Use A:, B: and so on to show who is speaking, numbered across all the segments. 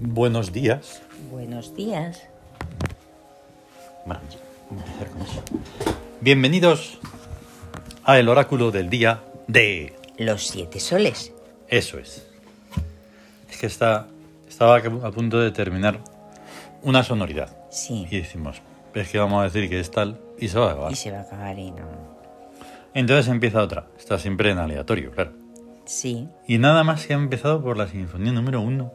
A: Buenos días.
B: Buenos días.
A: Maravilla. Vamos a empezar con eso. Bienvenidos a el oráculo del día de...
B: Los siete soles.
A: Eso es. Es que está, estaba a punto de terminar una sonoridad.
B: Sí.
A: Y decimos, es que vamos a decir que es tal y se va a acabar.
B: Y se va a acabar y no.
A: Entonces empieza otra. Está siempre en aleatorio, claro.
B: Sí.
A: Y nada más que ha empezado por la sinfonía número uno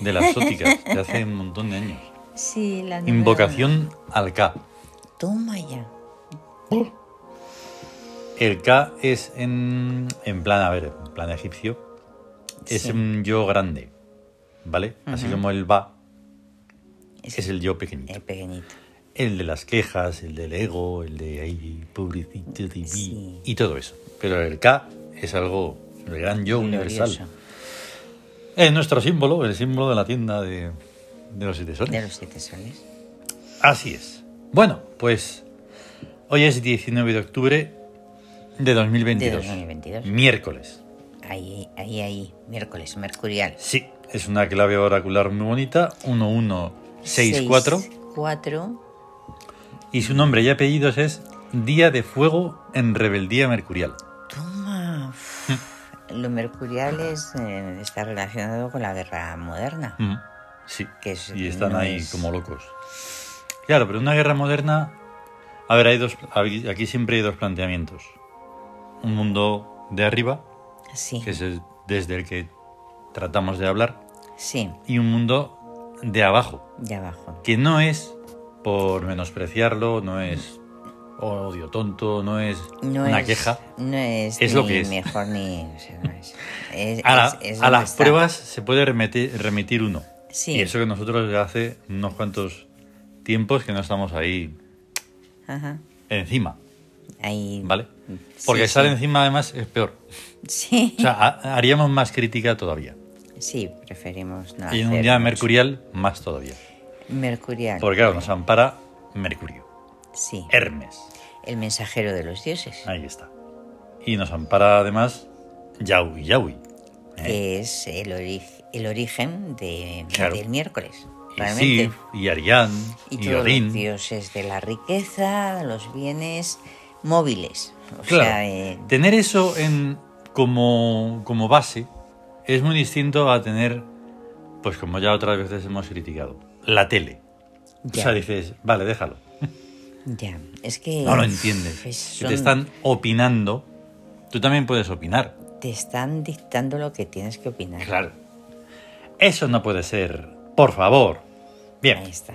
A: de las sóticas de hace un montón de años.
B: Sí, la nueva-
A: Invocación al K.
B: Toma ya.
A: El K es en, en plan, a ver, en plan egipcio, es
B: Sí.
A: un yo grande, ¿vale? Así como el Ba es, el yo pequeñito.
B: El pequeñito.
A: El de las quejas, el del ego, el de ay, pobrecito de mí",
B: Sí.
A: y todo eso. Pero el K es algo, el gran yo universal.
B: Glorioso.
A: Es nuestro símbolo, el símbolo de la tienda de, de los siete soles.
B: De los siete soles.
A: Así es. Bueno, pues hoy es 19 de octubre de 2022.
B: De 2022.
A: Miércoles.
B: Ahí, ahí, ahí. Miércoles, mercurial.
A: Sí, es una clave oracular muy bonita, 1164.
B: 4.
A: Y su nombre y apellidos es Día de Fuego en Rebeldía Mercurial.
B: Toma.
A: Mm.
B: Lo mercurial es, eh, está relacionado con la guerra moderna.
A: Mm, Sí,
B: Que es-
A: y están
B: no
A: ahí
B: es-
A: como locos. Claro, pero una guerra moderna... A ver, hay dos, aquí siempre hay dos planteamientos. Un mundo de arriba,
B: Sí.
A: que es el- desde el que tratamos de hablar,
B: Sí.
A: y un mundo de abajo,
B: De abajo.
A: que no es por menospreciarlo, no es odio tonto, no es
B: No
A: una
B: es,
A: queja.
B: No es,
A: Es
B: ni
A: lo que es.
B: mejor ni. o sea, no es- es-
A: A, la-
B: es- es
A: a
B: lo que
A: las
B: está.
A: pruebas se puede remete- remitir uno.
B: Sí.
A: Y eso que nosotros ya hace unos cuantos tiempos que no estamos ahí
B: Ajá.
A: encima,
B: Ahí.
A: ¿vale?
B: Sí,
A: Porque
B: sí.
A: estar encima además es peor.
B: Sí.
A: O sea, ha- haríamos más crítica todavía.
B: Sí, preferimos no
A: y en un
B: hacer
A: día
B: mucho.
A: mercurial más todavía.
B: Mercurial.
A: Porque er- claro, nos ampara Mercurio,
B: Sí.
A: Hermes.
B: El mensajero de los dioses.
A: Ahí está. Y nos ampara además Yaui Yaui. eh.
B: Que es el, orig- el origen de,
A: Claro.
B: del miércoles.
A: Y
B: Realmente.
A: Sif, y Arián,
B: y
A: y,
B: todos
A: Odín.
B: los dioses de la riqueza, los bienes móviles. O
A: Claro,
B: sea, eh,
A: tener eso en, como, como base es muy distinto a tener, pues como ya otras veces hemos criticado, la tele.
B: Ya.
A: O sea, dices, vale, déjalo.
B: ya. Es que.
A: No lo
B: uf,
A: entiendes.
B: es-
A: Que
B: son-
A: Te están opinando. Tú también puedes opinar.
B: te están dictando lo que tienes que opinar.
A: Claro. Eso no puede ser. Por favor. Bien.
B: Ahí está.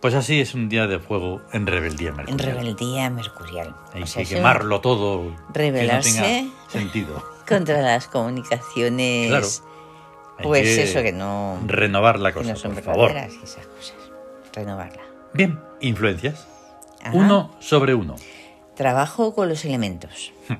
A: Pues así es un día de fuego en rebeldía
B: En
A: mercurial.
B: rebeldía mercurial.
A: Hay
B: O sea,
A: que
B: es un-
A: quemarlo todo.
B: rebelarse.
A: Que no tenga sentido.
B: Contra las comunicaciones.
A: Claro. Hay
B: Pues eso que no-
A: Renovar la
B: que
A: cosa,
B: no son
A: por favor.
B: verdaderas y esas cosas. Renovarla.
A: Bien, influencias.
B: Ajá.
A: Uno sobre uno.
B: Trabajo con los elementos.
A: Hmm.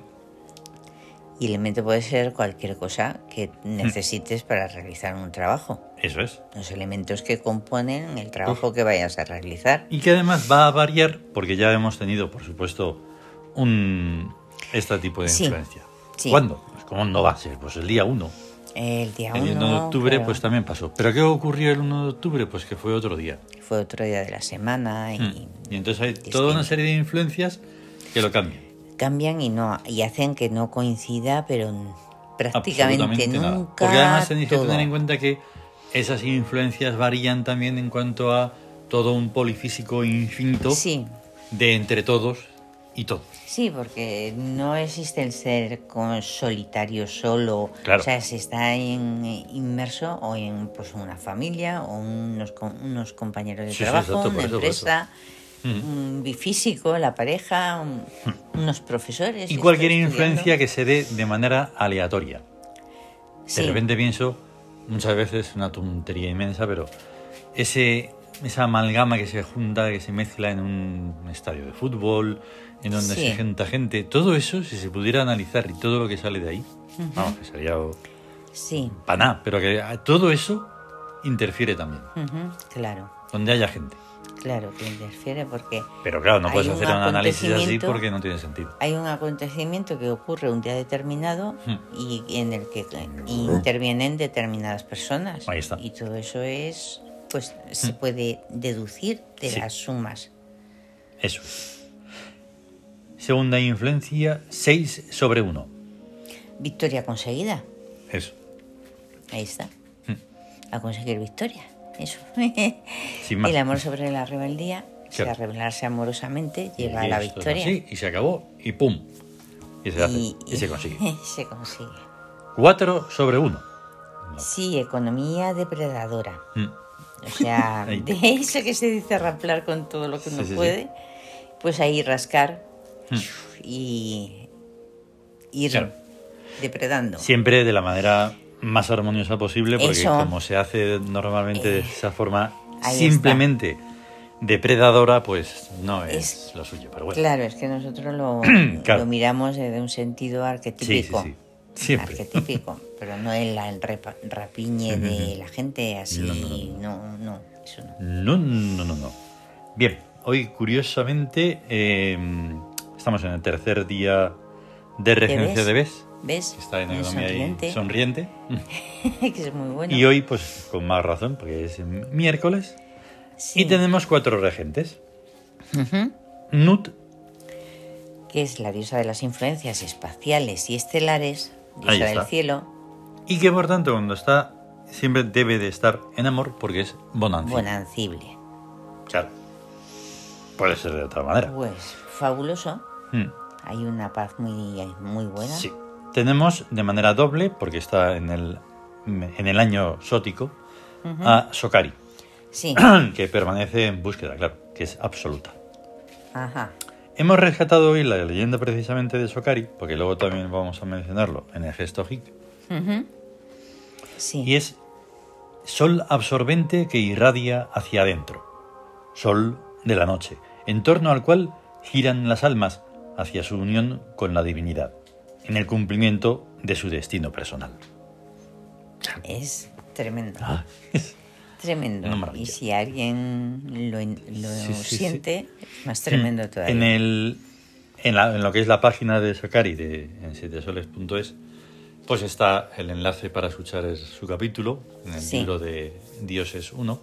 B: Y elemento puede ser cualquier cosa que
A: Hmm.
B: necesites para realizar un trabajo.
A: Eso es.
B: Los elementos que componen el trabajo que vayas a realizar.
A: Y que además va a variar porque ya hemos tenido, por supuesto, un este tipo de
B: Sí,
A: influencia.
B: sí.
A: ¿Cuándo? Pues ¿Cómo no va a ser? Pues el día 1.
B: El día 1
A: El 1 de octubre pues también pasó. ¿Pero qué ocurrió el 1 de octubre? Pues que fue otro día. Mm.
B: fue otro día de la semana y
A: Y entonces hay
B: Distinto.
A: toda una serie de influencias que lo cambian.
B: cambian y no y hacen que no coincida, pero n- prácticamente
A: Absolutamente nada.
B: nunca.
A: Porque además tenéis que
B: todo.
A: tener en cuenta que esas influencias varían también en cuanto a todo un polifísico infinito
B: Sí,
A: de entre todos y todos.
B: sí, porque no existe el ser con solitario solo.
A: Claro.
B: O sea, si está en, inmerso o en pues, una familia o unos, co- unos compañeros de
A: Sí, sí,
B: trabajo,
A: exacto, por
B: una
A: eso, por eso. Mm.
B: empresa, un bifísico, la pareja, un- unos profesores.
A: Y
B: estoy
A: cualquier
B: estudiando.
A: influencia que se dé de manera aleatoria.
B: Sí,
A: De repente pienso, muchas veces una tontería inmensa, pero ese, esa amalgama que se junta, que se mezcla en un estadio de fútbol, en donde
B: Sí.
A: se junta gente, todo eso, si se pudiera analizar y todo lo que sale de ahí, vamos, que sería
B: Sí,
A: paná, pero que a- todo eso interfiere también,
B: ujú, claro,
A: donde haya gente.
B: Claro, que interfiere porque
A: Pero claro, no
B: Hay
A: puedes
B: un
A: hacer un análisis así
B: acontecimiento-
A: porque no tiene sentido.
B: hay un acontecimiento que ocurre un día determinado
A: Hmm.
B: y en el que intervienen determinadas personas.
A: Ahí está. Hmm.
B: Y todo eso es, pues se puede deducir de
A: Sí.
B: las sumas.
A: Eso. Segunda influencia, 6 sobre 1.
B: Victoria conseguida.
A: Eso.
B: Ahí está.
A: Hmm.
B: A conseguir victoria. Eso.
A: Sin más.
B: El amor sobre la rebeldía, o sea,
A: Claro.
B: rebelarse amorosamente, lleva a
A: Y
B: la
A: esto es
B: victoria.
A: así, y se acabó, y pum. Y se hace, y, se consigue.
B: se consigue.
A: 4 sobre 1.
B: Sí, economía depredadora.
A: Mm.
B: O sea,
A: Ahí.
B: de eso que se dice ramplar con todo lo que uno
A: Sí, sí, sí.
B: puede, pues ahí rascar
A: Hmm.
B: y ir
A: Claro.
B: depredando.
A: Siempre de la manera más armoniosa posible, porque
B: Eso. Eh,
A: como se hace normalmente de esa forma
B: ahí
A: simplemente depredadora, pues no es,
B: Es-
A: lo suyo. Pero bueno,
B: Claro, es que nosotros lo,
A: pues. Claro.
B: lo miramos desde un sentido
A: sí, sí,
B: arquetípico.
A: sí. Siempre.
B: Arquetípico, pero no el, el repa- rapiñe de la gente así. No, no, eso no.
A: No, no, no, no. Bien, hoy curiosamente eh, estamos en el tercer día de regencia
B: ves?
A: de BES,
B: ¿Ves?
A: que está en
B: Muy
A: economía
B: sonriente,
A: y sonriente.
B: que es muy bueno.
A: Y hoy, pues con más razón, porque es miércoles.
B: Sí.
A: Y tenemos cuatro regentes.
B: Ujú.
A: Nut,
B: que es la diosa de las influencias espaciales y estelares,
A: Ahí
B: diosa
A: está.
B: del cielo,
A: y que por tanto cuando está, siempre debe de estar en amor porque es bonanza.
B: bonancible.
A: Claro. Puede ser de otra manera.
B: Pues fabuloso,
A: Mm.
B: hay una paz muy, muy buena.
A: Sí. Tenemos de manera doble, porque está en el, en el año sótico, a Sokari,
B: Sí,
A: que permanece en búsqueda, claro, que es absoluta.
B: ajá,
A: Hemos rescatado hoy la leyenda precisamente de Sokari, porque luego también vamos a mencionarlo en el gesto hic,
B: sí.
A: y es sol absorbente que irradia hacia adentro, sol de la noche, en torno al cual giran las almas hacia su unión con la divinidad, en el cumplimiento de su destino personal.
B: Es tremendo,
A: Es-
B: tremendo.
A: Ah, una maravilla.
B: Y si alguien lo, in- lo
A: Sí, sí, Mm, sí.
B: siente, más tremendo todavía.
A: En, el, en, la- en lo que es la página de Sakari de, en sietesoles.es, pues está el enlace para escuchar es- su capítulo en el
B: Sí.
A: libro de Dioses 1,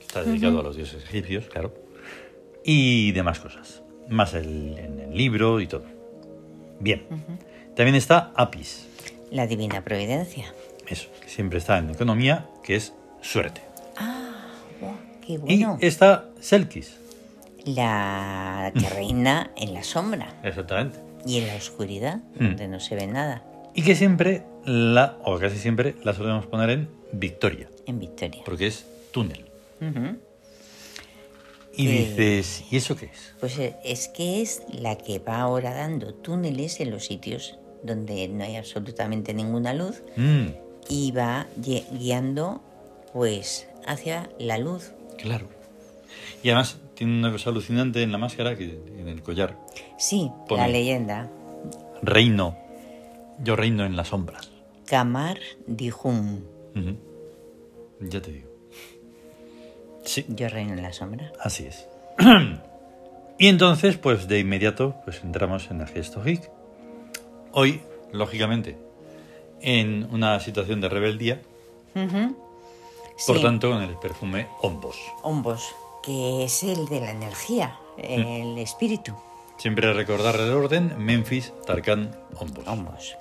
A: que está dedicado a los dioses egipcios, claro, y demás cosas, más el, en el libro y todo. Bien, también está Apis,
B: La divina providencia.
A: eso, que siempre está en economía, que es suerte.
B: Buah, Ah, qué
A: Y
B: bueno.
A: está Selkis,
B: La que reina en la sombra
A: exactamente.
B: y en la oscuridad,
A: Mm.
B: donde no se ve nada,
A: Y que siempre, la, o casi siempre, la solemos poner en Victoria,
B: en Victoria.
A: porque es túnel.
B: Ujú.
A: Y
B: Sí.
A: dices, ¿y eso qué es?
B: Pues eh, es que es la que va ahora dando túneles en los sitios donde no hay absolutamente ninguna luz
A: Mm,
B: y va gui- guiando pues hacia la luz.
A: claro. Y además tiene una cosa alucinante en la máscara, que en el collar.
B: Sí,
A: Pone.
B: la leyenda.
A: Reino. Yo reino en las sombras.
B: Kamar Dijum.
A: Ujú. Ya te digo. Sí,
B: Yo reino en la sombra.
A: así es. y entonces, pues de inmediato, pues entramos en el gesto hic. Hoy, lógicamente, en una situación de rebeldía,
B: Sí,
A: Por tanto, con el perfume Ombos.
B: Ombos, que es el de la energía,
A: Mm.
B: el espíritu.
A: Siempre recordar el orden Memphis, Tarkan, Ombos.
B: Ombos.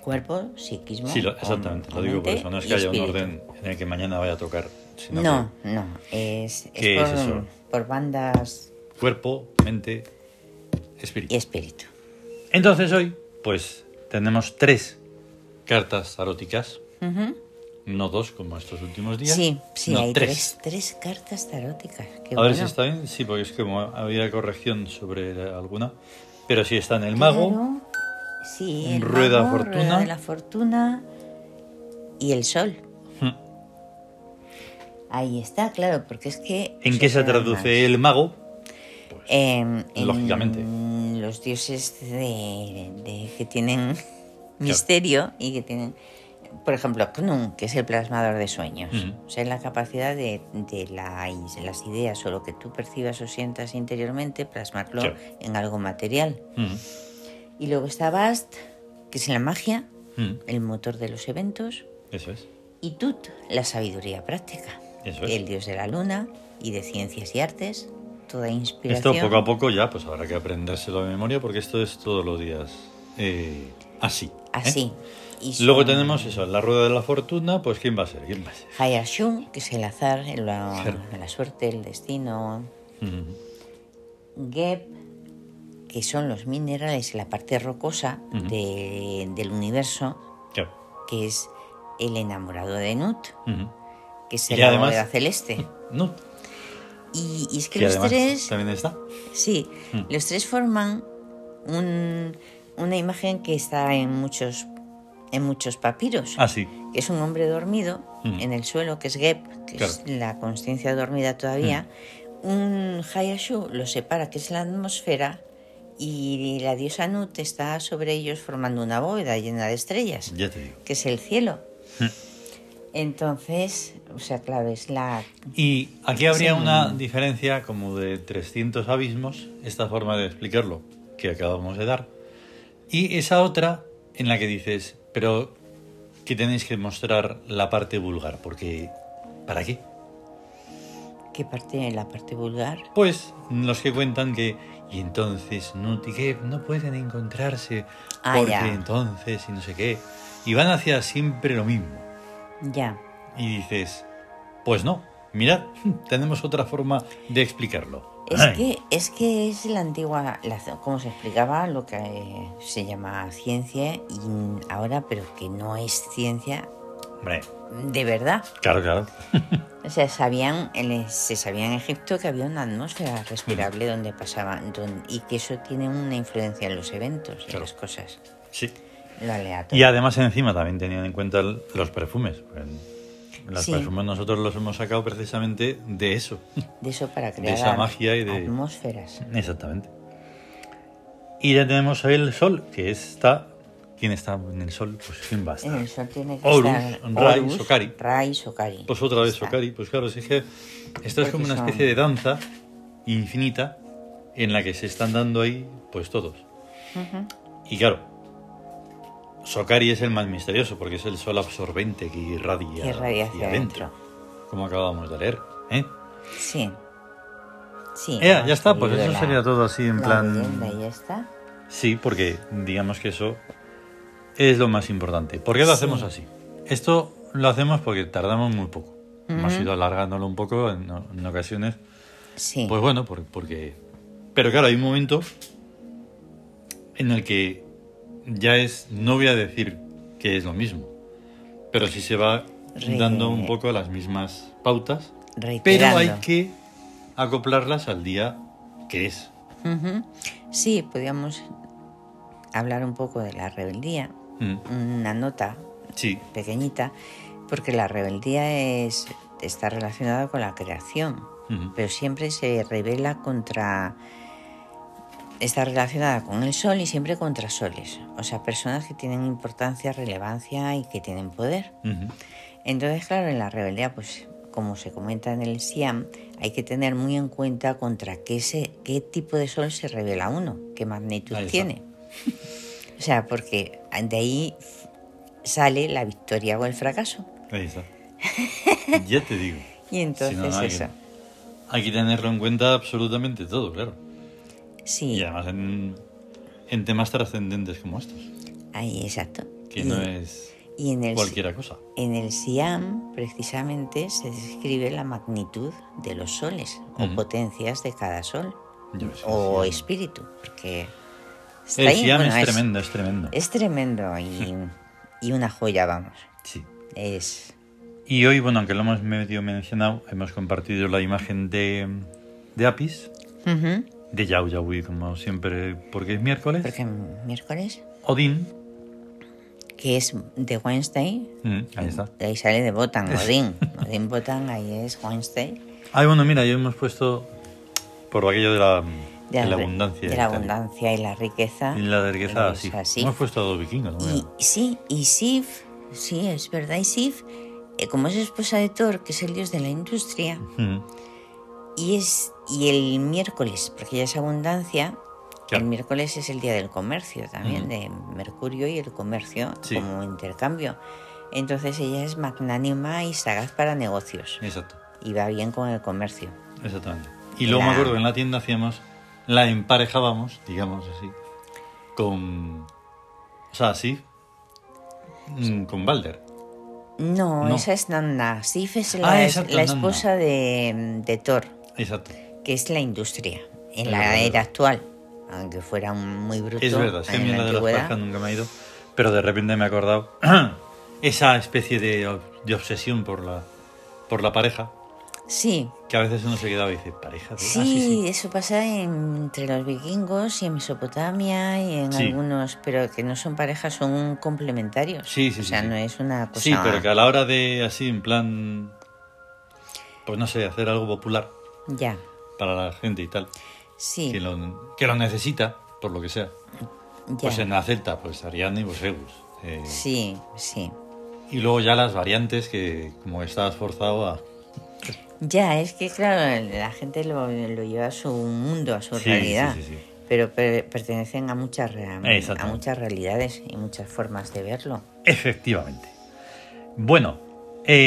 B: Cuerpo, psiquismo.
A: Sí, lo- exactamente.
B: om-
A: Lo digo por
B: mente
A: eso. No es
B: y
A: que haya un
B: espíritu.
A: orden en el que mañana vaya a tocar. Sino
B: No, no, es, es
A: ¿Qué es
B: por,
A: eso?
B: por bandas
A: que Cuerpo, mente, espíritu.
B: y espíritu.
A: Entonces hoy, pues, tenemos tres cartas taróticas. No dos, como estos últimos días.
B: Sí, sí,
A: no,
B: hay tres. tres cartas taróticas. Qué
A: A ver
B: bueno.
A: si está bien. Sí, porque es que como había corrección sobre alguna. Pero sí está en el mago.
B: Claro. Sí, el
A: Rueda
B: mago,
A: fortuna.
B: Rueda de la fortuna y el sol.
A: Hmm.
B: Ahí está, claro, porque es que...
A: ¿En qué se
B: dan más.
A: traduce el mago?
B: En- em, en
A: Lógicamente.
B: Los dioses de, de- que tienen misterio y que tienen por ejemplo, Knun, que es el plasmador de sueños.
A: Ujú.
B: O sea, es la capacidad de, de la- las ideas o lo que tú percibas o sientas interiormente, plasmarlo
A: Claro.
B: en algo material.
A: Ujú,
B: Y luego está Bast, que es la magia,
A: ujú.
B: el motor de los eventos.
A: mm, Eso es.
B: Y Tut, la sabiduría práctica.
A: Eso es.
B: El dios de la luna y de ciencias y artes. Toda
A: Esto
B: inspiración.
A: poco a poco ya, pues habrá que aprendérselo de memoria porque esto es todos los días eh, así. ¿eh?
B: Así. Y
A: Luego
B: son
A: tenemos eso, la rueda de la fortuna, pues ¿quién va a ser? ¿Quién va a ser?
B: Hayashun, que es el azar, el- la,
A: Claro.
B: la suerte, el destino.
A: Ujú,
B: Geb, que son los minerales, la parte rocosa
A: Ujú.
B: de- del universo,
A: claro.
B: que es el enamorado de Nut,
A: Ujú.
B: que es
A: Y
B: el
A: que además-
B: bóveda celeste.
A: No,
B: Y, y es que
A: que
B: los
A: además
B: tres,
A: también está.
B: sí,
A: Mm.
B: los tres forman un- una imagen que está en muchos, en muchos papiros.
A: Ah, sí.
B: que es un hombre dormido
A: Ujú.
B: en el suelo, que es Geb, que es la conciencia dormida todavía.
A: Mm.
B: Un Hayashu lo separa, que es la atmósfera, y la diosa Nut está sobre ellos formando una bóveda llena de estrellas,
A: Ya Mm. te digo.
B: que es el cielo. Entonces, o sea, claro, es la...
A: Y aquí habría
B: Sí.
A: una diferencia como de 300 abismos, esta forma de explicarlo que acabamos de dar, y esa otra en la que dices, pero que tenéis que mostrar la parte vulgar, porque ¿para qué?
B: ¿Qué parte? La parte vulgar.
A: Pues los que cuentan que y entonces Nut y Geb no pueden encontrarse
B: Ah,
A: porque
B: ya.
A: entonces y no sé qué y van hacia siempre lo mismo
B: Ya.
A: y dices pues no mirad tenemos otra forma de explicarlo
B: Es
A: Ay,
B: que, es que es la antigua, la, como se explicaba, lo que eh, se llama ciencia y ahora, pero que no es ciencia
A: hombre,
B: de verdad.
A: claro claro
B: O sea, sabían, en el- se sabía en Egipto que había una atmósfera respirable donde pasaban don- y que eso tiene una influencia en los eventos, en
A: Claro.
B: las cosas,
A: sí
B: lo
A: y
B: aleatorio.
A: además encima también tenían en cuenta el- los perfumes porque los
B: Sí.
A: perfumes nosotros los hemos sacado precisamente de eso
B: De eso para crear
A: esa
B: at-
A: magia y de-
B: atmósferas.
A: Exactamente. Y ya tenemos el sol, que está. ¿Quién está en el sol? Pues quién va a
B: En
A: estar.
B: el sol tiene que
A: Horus,
B: estar
A: Ra y Sokari.
B: Ra y Sokari.
A: Pues otra vez
B: Está.
A: Sokari. Pues claro, si es que esto es
B: Porque
A: como una
B: son-
A: especie de danza infinita en la que se están dando ahí, pues todos. Y claro, Sokari es el más misterioso porque es el sol absorbente que irradia,
B: Que irradia hacia
A: adentro, como acabamos de leer. ¿eh?
B: Sí. Sí.
A: Ea, ya está, pues
B: Escribió
A: eso
B: la-
A: sería todo así en
B: la
A: plan.
B: leyenda y ya está.
A: Sí, porque digamos que eso es lo más importante. ¿Por qué lo
B: Sí.
A: hacemos así? Esto lo hacemos porque tardamos muy poco. Hemos
B: Ujú.
A: ido alargándolo un poco en, en ocasiones.
B: Sí.
A: Pues bueno, por- porque... Pero claro, hay un momento en el que ya es... No voy a decir que es lo mismo, pero sí se va
B: Re-
A: dando un poco las mismas pautas, pero
B: Reiterando.
A: hay que acoplarlas al día que es.
B: Ujú. Sí, podríamos hablar un poco de la rebeldía.
A: Mm,
B: Una nota
A: Sí,
B: pequeñita, porque la rebeldía es, está relacionada con la creación,
A: ujú,
B: pero siempre se revela contra... Está relacionada con el sol y siempre contra soles, o sea, personas que tienen importancia, relevancia y que tienen poder.
A: ujú,
B: Entonces, claro, en la rebeldía, pues como se comenta en el SIAM, hay que tener muy en cuenta contra qué, se, qué tipo de sol se revela uno, qué magnitud
A: Ahí está.
B: tiene. O sea, porque de ahí f- sale la victoria o el fracaso.
A: ahí está. ya te digo.
B: Y entonces
A: Si no, no, hay,
B: eso.
A: que- hay que tenerlo en cuenta absolutamente todo, claro.
B: Sí,
A: Y además en, en temas trascendentes como estos,
B: ahí exacto.
A: que
B: y,
A: no es
B: y en el
A: cualquiera cosa.
B: En el Siam, precisamente, se describe la magnitud de los soles
A: Ujú.
B: o potencias de cada sol
A: Ya ves, el
B: o
A: Siam.
B: espíritu, porque está
A: El
B: ahí,
A: Siam
B: bueno,
A: es tremendo, es tremendo.
B: Es tremendo y, y una joya, vamos.
A: Sí.
B: Es
A: Y hoy, bueno, aunque lo hemos medio mencionado, hemos compartido la imagen de, de Apis,
B: Ujú.
A: de Yau Yahui, como siempre, porque es miércoles.
B: porque miércoles,
A: Odín,
B: que es de Wednesday,
A: mm, ahí está.
B: de ahí sale de Botan, Odín. Odín Botan, ahí es Wednesday.
A: Ay, bueno, mira, yo hemos puesto por aquello de la,
B: De
A: de la
B: re-
A: abundancia.
B: De la
A: y tal.
B: abundancia y la riqueza.
A: Y la riqueza,
B: Es
A: sí.
B: así.
A: Hemos puesto a dos vikingos. ¿no?
B: Y sí, y Sif Sí, es verdad. Y Sif, eh, como es esposa de Thor, que es el dios de la industria,
A: Mm,
B: y es y el miércoles, porque ya es abundancia,
A: Claro.
B: el miércoles es el día del comercio también,
A: Ujú.
B: de Mercurio y el comercio
A: Sí.
B: como intercambio. Entonces ella es magnánima y sagaz para negocios
A: Exacto,
B: y va bien con el comercio.
A: exactamente. Y luego
B: La-
A: me acuerdo que en la tienda hacíamos, la emparejábamos, digamos así, con. O sea, así. mm, Con Balder.
B: No,
A: No.
B: esa es Nanna. Sif es la,
A: Ah,
B: es
A: esa es
B: la
A: Nanna.
B: esposa de, de Thor,
A: Exacto.
B: que es la industria en
A: Es
B: la
A: verdad.
B: era actual, aunque fuera un- muy bruto.
A: Es verdad, sí, a
B: en
A: mí
B: la
A: la de las
B: antigüedad.
A: parejas nunca me ha ido, pero de repente me he acordado esa especie de, ob- de obsesión por la, por la pareja,
B: Sí,
A: que a veces uno se quedaba y dice, pareja,
B: Sí,
A: ah, sí, sí.
B: eso pasa en- entre los vikingos y en Mesopotamia y en
A: Sí.
B: algunos, pero que no son parejas, son complementarios.
A: Sí, sí,
B: O
A: sí,
B: sea,
A: sí.
B: no es una cosa.
A: Sí, pero que a la hora de así, en plan, pues no sé, hacer algo popular
B: Ya,
A: para la gente y tal,
B: sí.
A: que, lo, que lo necesita, por lo que sea.
B: ya.
A: Pues en la celta, pues Ariadne y pues Egus. eh,
B: Sí, sí.
A: Y luego ya las variantes que como estás forzado a...
B: Ya, es que claro, la gente lo, lo lleva a su mundo, a su
A: Sí, sí,
B: realidad.
A: sí, sí.
B: Pero per- pertenecen a muchas, rea- a
A: Exactamente.
B: muchas realidades y muchas formas de verlo.
A: Efectivamente. Bueno,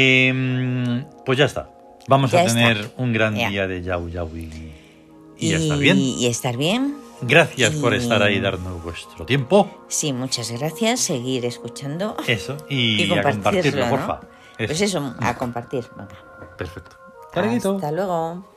A: em, pues ya está. Vamos
B: Ya
A: a
B: está.
A: tener un gran
B: Ya.
A: día de Yau Yau y, y ya está bien.
B: Y estar bien.
A: Gracias por
B: y-
A: estar ahí y darnos vuestro tiempo.
B: Sí, muchas gracias. Seguir escuchando.
A: Eso. Y,
B: y
A: a
B: compartirlo, Pues
A: compartirlo,
B: ¿no?
A: porfa.
B: Pues eso, a compartir. Venga.
A: Perfecto. Carguito.
B: Hasta luego.